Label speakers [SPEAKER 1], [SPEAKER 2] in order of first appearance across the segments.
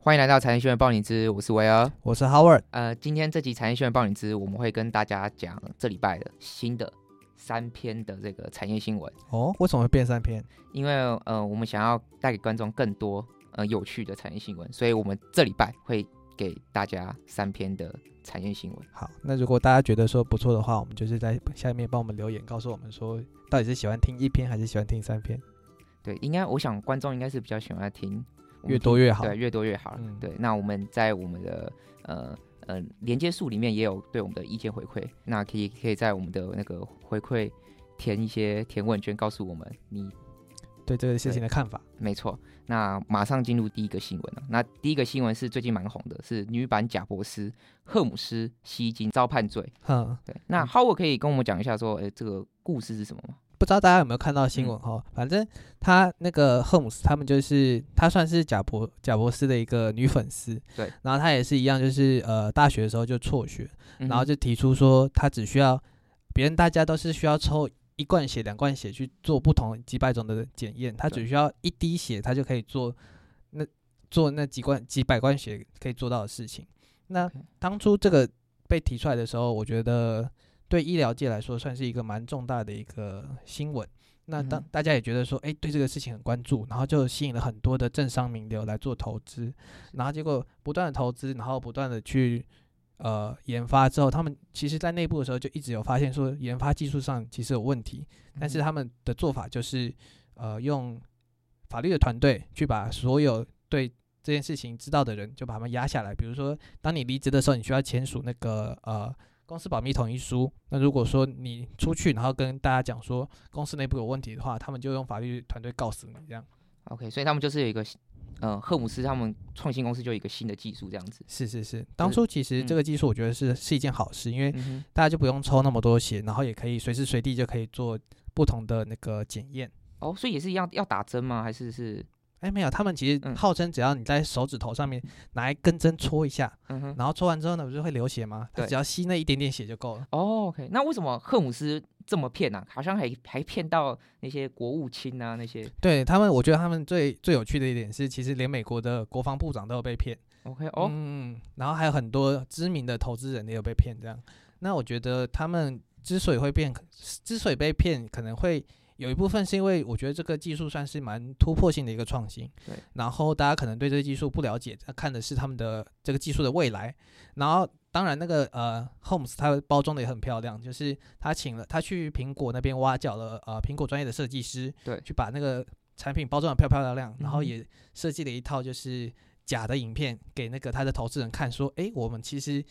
[SPEAKER 1] 欢迎来到产业新闻报你知，我是维尔。
[SPEAKER 2] 我是 Howard。
[SPEAKER 1] 呃，今天这集产业新闻报你知，我们会跟大家讲这礼拜的新的三篇的这个产业新闻，
[SPEAKER 2] 哦，为什么会变三篇？
[SPEAKER 1] 因为呃，我们想要带给观众更多呃有趣的产业新闻，所以我们这礼拜会给大家三篇的产业新闻。
[SPEAKER 2] 好，那如果大家觉得说不错的话，我们就是在下面帮我们留言，告诉我们说到底是喜欢听一篇还是喜欢听三篇，
[SPEAKER 1] 对，应该我想观众应该是比较喜欢听，我们
[SPEAKER 2] 越
[SPEAKER 1] 听
[SPEAKER 2] 多越好。
[SPEAKER 1] 对，越多越好。
[SPEAKER 2] 嗯
[SPEAKER 1] 对，那我们在我们的呃呃连接数里面也有对我们的意见回馈，那可以可以在我们的那个回馈填一些填问卷，告诉我们你
[SPEAKER 2] 对这个事情的看法。
[SPEAKER 1] 没错。那马上进入第一个新闻了。那第一个新闻是最近蛮红的，是女版贾博斯赫姆斯吸金遭判罪。
[SPEAKER 2] 嗯，
[SPEAKER 1] 对，那 Howard 可以跟我们讲一下说，诶，这个故事是什么吗？
[SPEAKER 2] 不知道大家有没有看到新闻哈、
[SPEAKER 1] 嗯
[SPEAKER 2] 反正他那个赫姆斯他们就是他算是贾博贾博斯的一个女粉丝，
[SPEAKER 1] 对，
[SPEAKER 2] 然后他也是一样，就是呃大学的时候就辍学，
[SPEAKER 1] 嗯
[SPEAKER 2] 然后就提出说他只需要别人大家都是需要抽一罐血两罐血去做不同几百种的检验，他
[SPEAKER 1] 对
[SPEAKER 2] 只需要一滴血他就可以做那做那几罐几百罐血可以做到的事情。那
[SPEAKER 1] OK
[SPEAKER 2] 当初这个被提出来的时候，我觉得对医疗界来说算是一个蛮重大的一个新闻。那当
[SPEAKER 1] 嗯哼
[SPEAKER 2] 大家也觉得说，哎、对这个事情很关注，然后就吸引了很多的政商名流来做投资，然后结果不断的投资，然后不断的去呃研发之后，他们其实在内部的时候就一直有发现说，研发技术上其实有问题，但
[SPEAKER 1] 嗯
[SPEAKER 2] 是他们的做法就是呃用法律的团队去把所有对这件事情知道的人就把他们压下来。比如说，当你离职的时候，你需要签署那个呃公司保密同意书。那如果说你出去，然后跟大家讲说公司内部有问题的话，他们就用法律团队告死你这样。
[SPEAKER 1] OK，所以他们就是有一个呃赫姆斯他们创新公司就有一个新的技术这样子。
[SPEAKER 2] 是是是，当初其实这个技术我觉得是、是一件好事，因为
[SPEAKER 1] 嗯哼。
[SPEAKER 2] 大家就不用抽那么多血，然后也可以随时随地就可以做不同的那个检验。
[SPEAKER 1] 哦，所以也是一样要打针吗？还是是
[SPEAKER 2] 哎，没有，他们其实
[SPEAKER 1] 嗯
[SPEAKER 2] 号称只要你在手指头上面拿一根针戳一下，
[SPEAKER 1] 嗯哼？
[SPEAKER 2] 然后戳完之后呢，不是会流血吗？他
[SPEAKER 1] 对
[SPEAKER 2] 只要吸那一点点血就够了。
[SPEAKER 1] 哦，OK，那为什么赫姆斯这么骗呢、啊？好像还还骗到那些国务卿啊那些。
[SPEAKER 2] 对他们，我觉得他们最最有趣的一点是，其实连美国的国防部长都有被骗。
[SPEAKER 1] OK，哦，
[SPEAKER 2] 嗯，然后还有很多知名的投资人也有被骗这样。那我觉得他们之所以会变，之所以被骗，可能会有一部分是因为我觉得这个技术算是蛮突破性的一个创新。
[SPEAKER 1] 对。
[SPEAKER 2] 然后大家可能对这个技术不了解，他看的是他们的这个技术的未来。然后当然那个呃，Homes 他包装的也很漂亮，就是他请了他去苹果那边挖角了呃苹果专业的设计师，
[SPEAKER 1] 对
[SPEAKER 2] 去把那个产品包装的漂漂亮亮，然后
[SPEAKER 1] 嗯哼
[SPEAKER 2] 也设计了一套就是假的影片给那个他的投资人看，说，诶，我们其实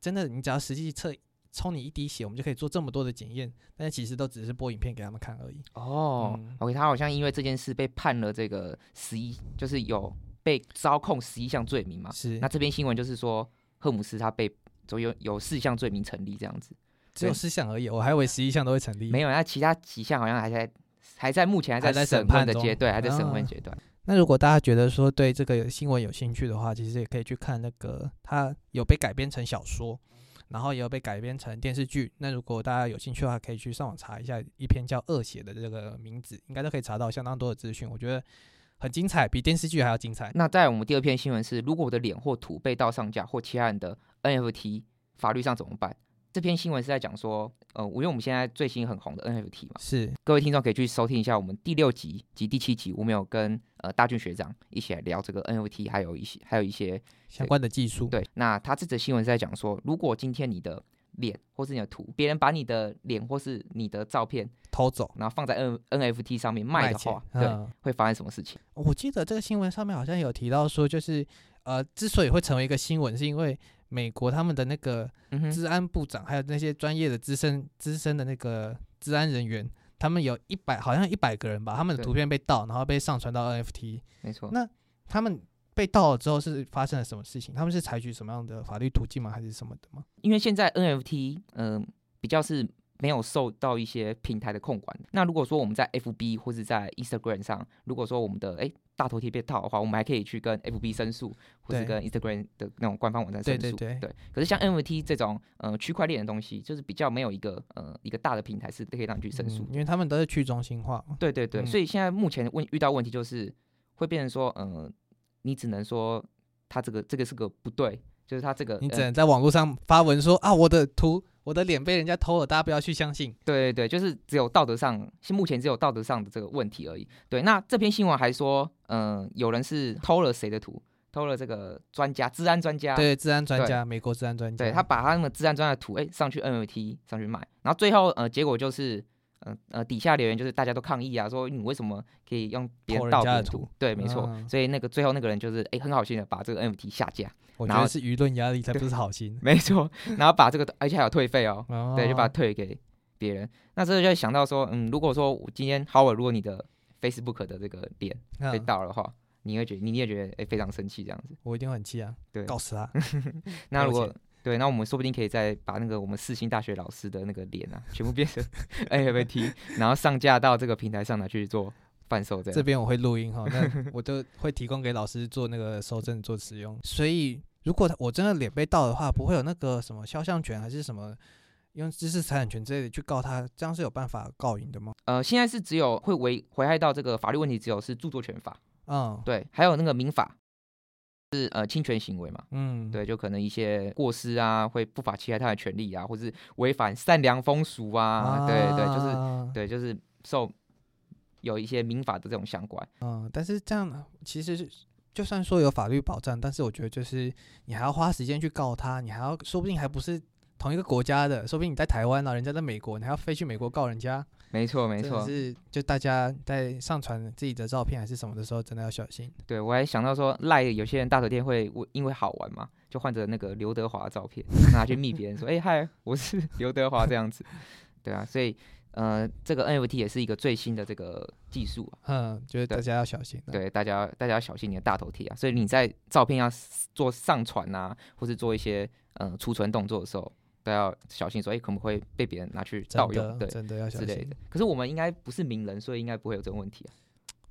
[SPEAKER 2] 真的，你只要实际测抽你一滴血，我们就可以做这么多的检验，但是其实都只是播影片给他们看而已。
[SPEAKER 1] 哦、
[SPEAKER 2] 嗯
[SPEAKER 1] o k 他好像因为这件事被判了这个十一，就是有被招控十一项罪名嘛。
[SPEAKER 2] 是
[SPEAKER 1] 啊那，这篇新闻就是说赫姆斯他被总有有四项罪名成立这样子，
[SPEAKER 2] 只有
[SPEAKER 1] 对
[SPEAKER 2] 四项而已，我还以为十一项都会成立。
[SPEAKER 1] 没有，那其他几项好像还在还在目前还
[SPEAKER 2] 还
[SPEAKER 1] 在
[SPEAKER 2] 在
[SPEAKER 1] 审
[SPEAKER 2] 审
[SPEAKER 1] 问
[SPEAKER 2] 判
[SPEAKER 1] 的阶
[SPEAKER 2] 中
[SPEAKER 1] 段，还在审问
[SPEAKER 2] 啊
[SPEAKER 1] 阶段。
[SPEAKER 2] 那如果大家觉得说对这个新闻有兴趣的话，其实也可以去看那个它有被改编成小说，然后也有被改编成电视剧。那如果大家有兴趣的话，可以去上网查一下一篇叫《恶血》的这个名字，应该都可以查到相当多的资讯。我觉得很精彩，比电视剧还要精彩。
[SPEAKER 1] 那在我们第二篇新闻是，如果我的脸或图被盗上架或其他人的 NFT，法律上怎么办？这篇新闻是在讲说，呃，因为我们现在最新很红的 NFT 嘛，
[SPEAKER 2] 是
[SPEAKER 1] 各位听众可以去收听一下我们第六集及第七集，我们有跟呃大俊学长一起来聊这个 NFT，还有一些还有一些
[SPEAKER 2] 相关的技术，
[SPEAKER 1] 对。那他这则新闻是在讲说，如果今天你的脸或是你的图，别人把你的脸或是你的照片，
[SPEAKER 2] 偷走
[SPEAKER 1] 然后放在 N NFT 上面卖的
[SPEAKER 2] 钱
[SPEAKER 1] 话，对，
[SPEAKER 2] 嗯，
[SPEAKER 1] 会发生什么事情？
[SPEAKER 2] 我记得这个新闻上面好像有提到说，就是呃，之所以会成为一个新闻，是因为美国他们的那个
[SPEAKER 1] 嗯哼，
[SPEAKER 2] 治安部长，还有那些专业的资深资深的那个治安人员，他们有一百好像一百个人吧，他们的
[SPEAKER 1] 对
[SPEAKER 2] 图片被盗，然后被上传到 NFT。
[SPEAKER 1] 没错。
[SPEAKER 2] 他们被盗了之后是发生了什么事情？他们是采取什么样的法律途径吗？还是什么的吗？
[SPEAKER 1] 因为现在 NFT 嗯、比较是没有受到一些平台的控管。那如果说我们在 FB 或是在 Instagram 上，如果说我们的诶大头贴被套的话，我们还可以去跟 FB 申诉，或是
[SPEAKER 2] 对
[SPEAKER 1] 跟 Instagram 的那种官方网站申
[SPEAKER 2] 对
[SPEAKER 1] 诉。
[SPEAKER 2] 对对
[SPEAKER 1] 可是像 NFT 这种呃区块链的东西，就是比较没有一个呃一个大的平台是可以让你去申诉的
[SPEAKER 2] 嗯，因为他们都是去中心化嘛。
[SPEAKER 1] 对对对，
[SPEAKER 2] 嗯
[SPEAKER 1] 呃所以现在目前问遇到问题就是会变成说，嗯、你只能说他这个这个是个不对，就是他这个
[SPEAKER 2] 你只
[SPEAKER 1] 呃
[SPEAKER 2] 能在网络上发文说啊，我的图，我的脸被人家偷了，大家不要去相信。
[SPEAKER 1] 对对对，就是只有道德上，是目前只有道德上的这个问题而已。对，那这篇新闻还说，嗯、有人是偷了谁的图，偷了这个专家，治安专家，
[SPEAKER 2] 对，治安专
[SPEAKER 1] 啊对
[SPEAKER 2] 家，美国治安专家，
[SPEAKER 1] 对他把他们治安专家的图，哎、上去 NFT 上去卖，然后最后呃，结果就是。呃呃，底下留言就是大家都抗议啊，说你为什么可以用别
[SPEAKER 2] 偷
[SPEAKER 1] 人
[SPEAKER 2] 人
[SPEAKER 1] 盗别
[SPEAKER 2] 家的
[SPEAKER 1] 人图
[SPEAKER 2] 图？
[SPEAKER 1] 对，没错。
[SPEAKER 2] 嗯
[SPEAKER 1] 所以那个最后那个人就是哎、很好心的把这个 NFT 下架，
[SPEAKER 2] 我
[SPEAKER 1] 然
[SPEAKER 2] 觉得
[SPEAKER 1] 后
[SPEAKER 2] 是舆论压力，才
[SPEAKER 1] 对
[SPEAKER 2] 不是好心。
[SPEAKER 1] 没错。然后把这个，而且还有退费哦，
[SPEAKER 2] 哦
[SPEAKER 1] 对，就把它退给别人。那这就想到说，嗯，如果说我今天 Howard，如果你的 Facebook 的这个脸被
[SPEAKER 2] 嗯
[SPEAKER 1] 盗了的话，你会觉你也觉得哎、诶非常生气这样子。
[SPEAKER 2] 我一定会很气啊，
[SPEAKER 1] 对
[SPEAKER 2] 告死他。
[SPEAKER 1] 那
[SPEAKER 2] 了
[SPEAKER 1] 如果
[SPEAKER 2] 解
[SPEAKER 1] 对，那我们说不定可以再把那个我们世新大学老师的那个脸啊，全部变 成 NFT，然后上架到这个平台上来去做贩售这
[SPEAKER 2] 这
[SPEAKER 1] 样。
[SPEAKER 2] 边我会录音哈， 那我都会提供给老师做那个收证做使用。所以如果他我真的脸被盗的话，不会有那个什么肖像权还是什么用知识财产权之类的去告他，这样是有办法告赢的吗？
[SPEAKER 1] 呃，现在是只有会危危害到这个法律问题，只有是著作权法，
[SPEAKER 2] 嗯，
[SPEAKER 1] 对，还有那个民法是呃侵权行为嘛。
[SPEAKER 2] 嗯，
[SPEAKER 1] 对，就可能一些过失啊，会不法侵害他的权利啊，或是违反善良风俗啊，对对，就是
[SPEAKER 2] 是
[SPEAKER 1] 对，就是受有一些民法的这种相关。
[SPEAKER 2] 嗯，但是这样其实是就算说有法律保障，但是我觉得就是你还要花时间去告他，你还要说不定还不是同一个国家的，说不定你在台湾啊，人家在美国，你还要飞去美国告人家，
[SPEAKER 1] 没错，没
[SPEAKER 2] 真的
[SPEAKER 1] 错。
[SPEAKER 2] 是就大家在上传自己的照片还是什么的时候，真的要小心。
[SPEAKER 1] 对我还想到说，赖有些人大头贴会为因为好玩嘛，就换着那个刘德华的照片拿去密别人说，哎、嗨，我是 刘德华这样子。对啊，所以呃，这个 NFT 也是一个最新的这个技术啊。
[SPEAKER 2] 嗯，就是
[SPEAKER 1] 对
[SPEAKER 2] 大家要小心、啊。，
[SPEAKER 1] 对，大家大家要小心你的大头贴啊！所以你在照片要 s- 做上传啊，或是做一些呃储存动作的时候，都要小心说，哎、可不会被别人拿去盗用，
[SPEAKER 2] 真的
[SPEAKER 1] 对
[SPEAKER 2] 真的要小
[SPEAKER 1] 之类
[SPEAKER 2] 心
[SPEAKER 1] 的。。可是我们应该不是名人，所以应该不会有这种问题啊。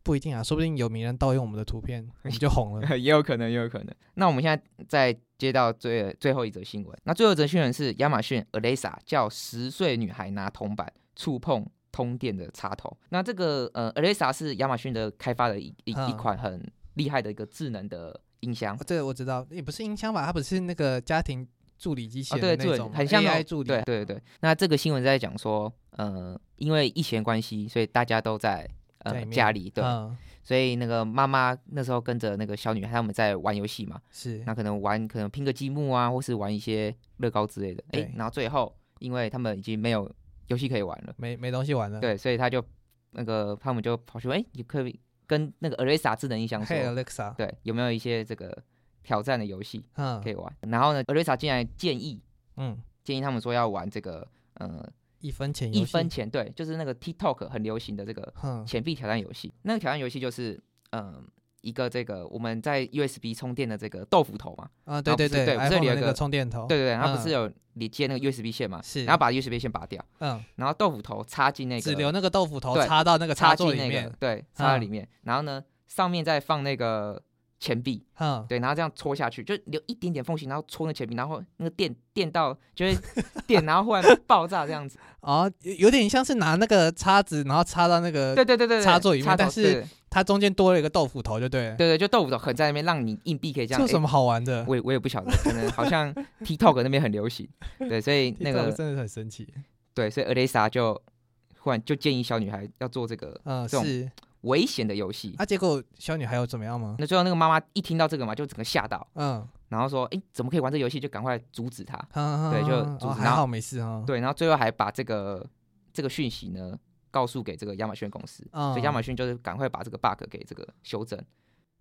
[SPEAKER 2] 不一定啊，说不定有名人盗用我们的图片，我们就红 了。
[SPEAKER 1] 也有可能，也有可能。那我们现在再接到最最后一则新闻，那最后一则新闻是亚马逊 Alexa 叫十岁女孩拿铜板触碰。通电的插头，那这个呃，Alexa 是亚马逊的开发的一一一
[SPEAKER 2] 嗯
[SPEAKER 1] 款很厉害的一个智能的音箱，
[SPEAKER 2] 这个我知道，也不是音箱吧？它不是那个家庭助理机器
[SPEAKER 1] 哦，对，
[SPEAKER 2] 人的
[SPEAKER 1] 助
[SPEAKER 2] 那
[SPEAKER 1] 理
[SPEAKER 2] 种吗、
[SPEAKER 1] 很像那
[SPEAKER 2] AI
[SPEAKER 1] 种
[SPEAKER 2] 助理。
[SPEAKER 1] 对对对。那这个新闻在讲说，呃，因为疫情的关系，所以大家都在
[SPEAKER 2] 在
[SPEAKER 1] 呃
[SPEAKER 2] 里面
[SPEAKER 1] 家里，对，
[SPEAKER 2] 嗯，
[SPEAKER 1] 所以那个妈妈那时候跟着那个小女孩，他们在玩游戏嘛，
[SPEAKER 2] 是
[SPEAKER 1] 那可能玩可能拼个积木啊，或是玩一些乐高之类的，哎
[SPEAKER 2] 对，
[SPEAKER 1] 然后最后因为他们已经没有游戏可以玩了，
[SPEAKER 2] 没没东西玩了。
[SPEAKER 1] 对，所以他就那个他们就跑去，哎，你可以跟那个 Alexa 智能音箱说
[SPEAKER 2] 嘿，Alexa，
[SPEAKER 1] 对，有没有一些这个挑战的游戏
[SPEAKER 2] 嗯
[SPEAKER 1] 可以玩？然后呢，Alexa 竟然建议
[SPEAKER 2] 嗯，
[SPEAKER 1] 建议他们说要玩这个呃
[SPEAKER 2] 一分钱游戏嗯
[SPEAKER 1] 一分，钱，对，就是那个 TikTok 很流行的这个
[SPEAKER 2] 哼，
[SPEAKER 1] 钱币挑战游戏。那个挑战游戏就是嗯、一个这个我们在 USB 充电的这个豆腐头嘛，
[SPEAKER 2] 啊，对
[SPEAKER 1] 啊
[SPEAKER 2] 对
[SPEAKER 1] 不是对不是
[SPEAKER 2] i p h o n
[SPEAKER 1] 有
[SPEAKER 2] e
[SPEAKER 1] 一
[SPEAKER 2] 那
[SPEAKER 1] 个
[SPEAKER 2] 个充电头，
[SPEAKER 1] 对，对对，它不
[SPEAKER 2] 嗯
[SPEAKER 1] 是有你接那个 USB 线嘛，
[SPEAKER 2] 是
[SPEAKER 1] 然后把 USB 线拔掉，
[SPEAKER 2] 嗯，
[SPEAKER 1] 然后豆腐头插进那个
[SPEAKER 2] 只留那个豆腐头
[SPEAKER 1] 对
[SPEAKER 2] 插到那个
[SPEAKER 1] 插
[SPEAKER 2] 座
[SPEAKER 1] 进
[SPEAKER 2] 里
[SPEAKER 1] 那个
[SPEAKER 2] 面，
[SPEAKER 1] 对插在
[SPEAKER 2] 嗯
[SPEAKER 1] 里面，然后呢上面再放那个钱币，
[SPEAKER 2] 嗯，
[SPEAKER 1] 对，然后这样戳下去，就留一点点缝隙，然后戳那钱币，然后那个电电到就 会电，然后忽然爆炸这样子。
[SPEAKER 2] 哦，有有点像是拿那个叉子，然后插到那个
[SPEAKER 1] 对对对对，对
[SPEAKER 2] 插座里面
[SPEAKER 1] 插
[SPEAKER 2] 但
[SPEAKER 1] 头
[SPEAKER 2] 是
[SPEAKER 1] 对对
[SPEAKER 2] 它中间多了一个豆腐头，就对了。
[SPEAKER 1] 对对，就豆腐脑很在那边，让你硬币可以这
[SPEAKER 2] 这
[SPEAKER 1] 样。
[SPEAKER 2] 有什
[SPEAKER 1] 诶
[SPEAKER 2] 么好玩的？
[SPEAKER 1] 我也我也不晓得，可能好像 TikTok 那边很流行，对，所以那
[SPEAKER 2] TikTok
[SPEAKER 1] 个
[SPEAKER 2] 真的很神奇。
[SPEAKER 1] 对，所以 Alisa 就忽然就建议小女孩要做这个
[SPEAKER 2] 嗯，
[SPEAKER 1] 这种
[SPEAKER 2] 是
[SPEAKER 1] 危险的游戏。
[SPEAKER 2] 啊，结果小女孩有怎么样吗？
[SPEAKER 1] 那最后那个妈妈一听到这个嘛，就整个吓到，
[SPEAKER 2] 嗯，
[SPEAKER 1] 然后说：“哎，怎么可以玩这游戏？”就赶快阻止她。对就
[SPEAKER 2] 哦
[SPEAKER 1] 阻止
[SPEAKER 2] 还
[SPEAKER 1] 然后
[SPEAKER 2] 好没事哈。
[SPEAKER 1] 对，然后最后还把这个这个讯息呢告诉给这个亚马逊公司，
[SPEAKER 2] 嗯
[SPEAKER 1] 所以亚马逊就是赶快把这个 bug 给这个修正。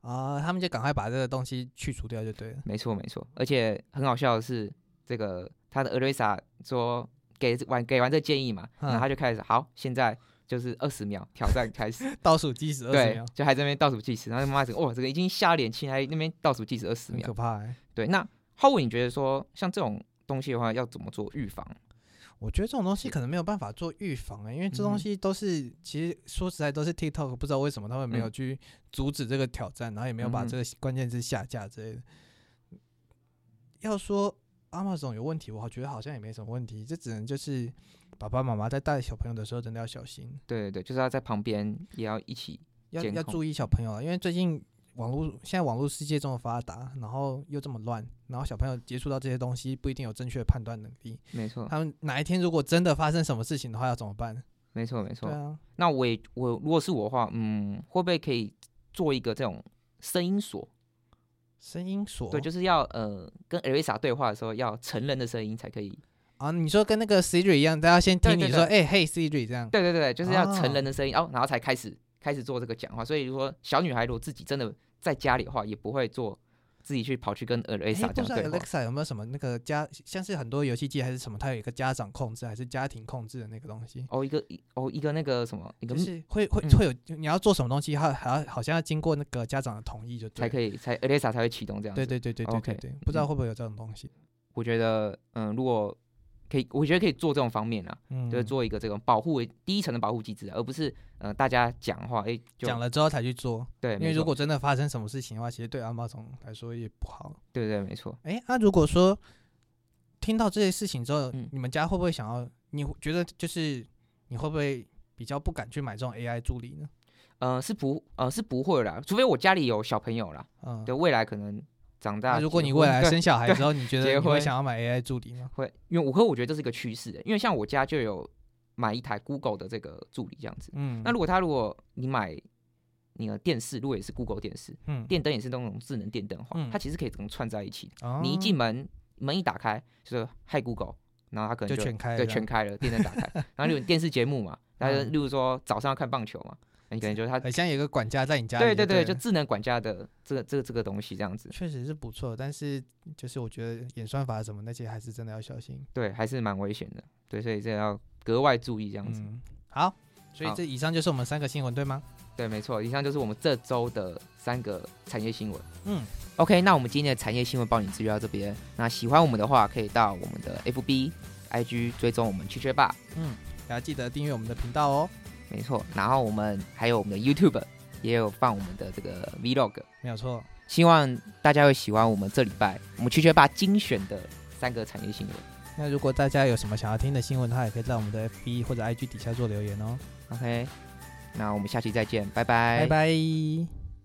[SPEAKER 2] 啊，他们就赶快把这个东西去除掉就对了。
[SPEAKER 1] 没错没错，而且很好笑的是，这个他的 Alisa 说给完给完这建议嘛，
[SPEAKER 2] 嗯
[SPEAKER 1] 然后他就开始好，现在就是二十秒挑战开始，
[SPEAKER 2] 倒数计 时二十
[SPEAKER 1] 对
[SPEAKER 2] 秒，，
[SPEAKER 1] 就还在那边倒数计时，然后妈妈整个哇，这个已经吓脸青，还那边倒数计时二十
[SPEAKER 2] 很
[SPEAKER 1] 秒
[SPEAKER 2] 可。怕哎。
[SPEAKER 1] 对，那 Howard 你觉得说像这种东西的话，要怎么做预防？
[SPEAKER 2] 我觉得这种东西可能没有办法做预防哎、因为这东
[SPEAKER 1] 嗯
[SPEAKER 2] 西都是、其实说实在都是 TikTok 不知道为什么他们没有
[SPEAKER 1] 嗯
[SPEAKER 2] 去阻止这个挑战，然后也没有把
[SPEAKER 1] 嗯哼
[SPEAKER 2] 这个关键字下架之类的。要说 Amazon 有问题，我觉得好像也没什么问题，这只能就是爸爸妈妈在带小朋友的时候真的要小心，
[SPEAKER 1] 对对对，就是要在旁边也要一起
[SPEAKER 2] 要
[SPEAKER 1] 监
[SPEAKER 2] 要
[SPEAKER 1] 控
[SPEAKER 2] 注意小朋友啊，因为最近网络现在网络世界这么发达，然后又这么乱，然后小朋友接触到这些东西不一定有正确的判断能力。
[SPEAKER 1] 没错，
[SPEAKER 2] 他们哪一天如果真的发生什么事情的话，要怎么办？
[SPEAKER 1] 没错，没
[SPEAKER 2] 对
[SPEAKER 1] 错。
[SPEAKER 2] 啊，
[SPEAKER 1] 那我也我如果是我的话，嗯，会不会可以做一个这种声音锁？
[SPEAKER 2] 声音锁
[SPEAKER 1] 对，就是要呃跟 Elisa 对话的时候要成人的声音才可以。
[SPEAKER 2] 啊，你说跟那个 Siri 一样，大家先
[SPEAKER 1] 对
[SPEAKER 2] 听你
[SPEAKER 1] 对
[SPEAKER 2] 说，哎、嘿 Siri 这样。
[SPEAKER 1] 对对对，就是要成
[SPEAKER 2] 哦
[SPEAKER 1] 人的声音、哦，然后才开始开始做这个讲话。所以如果小女孩如果自己真的在家里的话，也不会做自己去跑去跟
[SPEAKER 2] 哎、
[SPEAKER 1] Elisa
[SPEAKER 2] 不
[SPEAKER 1] 讲
[SPEAKER 2] 知道
[SPEAKER 1] 对话。
[SPEAKER 2] Alexa 有没有什么那个家，像是很多游戏机还是什么，它有一个家长控制还是家庭控制的那个东西，
[SPEAKER 1] 哦，一个一哦一个那个什么一个
[SPEAKER 2] 就是会会、
[SPEAKER 1] 嗯
[SPEAKER 2] 会有你要做什么东西，它还要好像要经过那个家长的同意就对
[SPEAKER 1] 才
[SPEAKER 2] 了。
[SPEAKER 1] 可以才 Elisa 才会启动这样子。
[SPEAKER 2] 对对对对对对
[SPEAKER 1] OK，嗯
[SPEAKER 2] 对，不知道会不会有这种东西？
[SPEAKER 1] 我觉得嗯，如果可以，我觉得可以做这种方面啊，
[SPEAKER 2] 嗯，
[SPEAKER 1] 就是做一个这种保护第一层的保护机制啊，而不是呃大家讲话哎就
[SPEAKER 2] 讲了之后才去做，
[SPEAKER 1] 对，
[SPEAKER 2] 因
[SPEAKER 1] 没
[SPEAKER 2] 为如
[SPEAKER 1] 错
[SPEAKER 2] 果真的发生什么事情的话，其实对阿猫总来说也不好。
[SPEAKER 1] 对对没错，
[SPEAKER 2] 哎，那、如果说听到这些事情之后，
[SPEAKER 1] 嗯
[SPEAKER 2] 你们家会不会想要？你会觉得就是你会不会比较不敢去买这种 AI 助理呢？
[SPEAKER 1] 呃是不呃是不会啦，除非我家里有小朋友啦，
[SPEAKER 2] 嗯，
[SPEAKER 1] 对未来可能长大
[SPEAKER 2] 那
[SPEAKER 1] 结婚，
[SPEAKER 2] 如果你未来
[SPEAKER 1] 对
[SPEAKER 2] 生小孩之后，你觉
[SPEAKER 1] 结
[SPEAKER 2] 得你会
[SPEAKER 1] 婚
[SPEAKER 2] 想要买 AI 助理吗？
[SPEAKER 1] 会，因为我可我觉得这是一个趋势欸，因为像我家就有买一台 Google 的这个助理这样子。
[SPEAKER 2] 嗯，
[SPEAKER 1] 那如果他如果你买你的电视，如果也是 Google 电视，
[SPEAKER 2] 嗯，
[SPEAKER 1] 电灯也是那种智能电灯的话，
[SPEAKER 2] 嗯
[SPEAKER 1] 它其实可以整个串在一起的。
[SPEAKER 2] 哦
[SPEAKER 1] 你一进门，门一打开就是 Hi Google，然后它可能
[SPEAKER 2] 就
[SPEAKER 1] 就
[SPEAKER 2] 全开了
[SPEAKER 1] 对
[SPEAKER 2] 这
[SPEAKER 1] 全
[SPEAKER 2] 样
[SPEAKER 1] 开了，电灯打 开，然后有电视节目嘛，然后就
[SPEAKER 2] 嗯
[SPEAKER 1] 例如说早上要看棒球嘛，那你可能就是它，
[SPEAKER 2] 很像有个管家在你家里
[SPEAKER 1] 对
[SPEAKER 2] 了，
[SPEAKER 1] 对对，
[SPEAKER 2] 对
[SPEAKER 1] 就
[SPEAKER 2] 了
[SPEAKER 1] 智能管家的这个这个这个东西这样子，
[SPEAKER 2] 确实是不错，但是就是我觉得演算法什么那些还是真的要小心。
[SPEAKER 1] 对，还是蛮危险的，对，所以这个要格外注意这样子。
[SPEAKER 2] 嗯，好，所以
[SPEAKER 1] 好
[SPEAKER 2] 这以上就是我们三个新闻，对吗？
[SPEAKER 1] 对，没错，以上就是我们这周的三个产业新闻。
[SPEAKER 2] 嗯
[SPEAKER 1] ，OK，那我们今天的产业新闻帮你资料到这边。那喜欢我们的话，可以到我们的 FB、IG 追踪我们缺缺吧，
[SPEAKER 2] 嗯，大家记得订阅我们的频道哦，
[SPEAKER 1] 没错。然后我们还有我们的 YouTube 也有放我们的这个 Vlog，
[SPEAKER 2] 没有错。
[SPEAKER 1] 希望大家会喜欢我们这礼拜我们缺缺吧精选的三个产业新闻。
[SPEAKER 2] 那如果大家有什么想要听的新闻的话，也可以在我们的 FB 或者 IG 底下做留言哦。
[SPEAKER 1] OK，那我们下期再见，
[SPEAKER 2] 拜拜。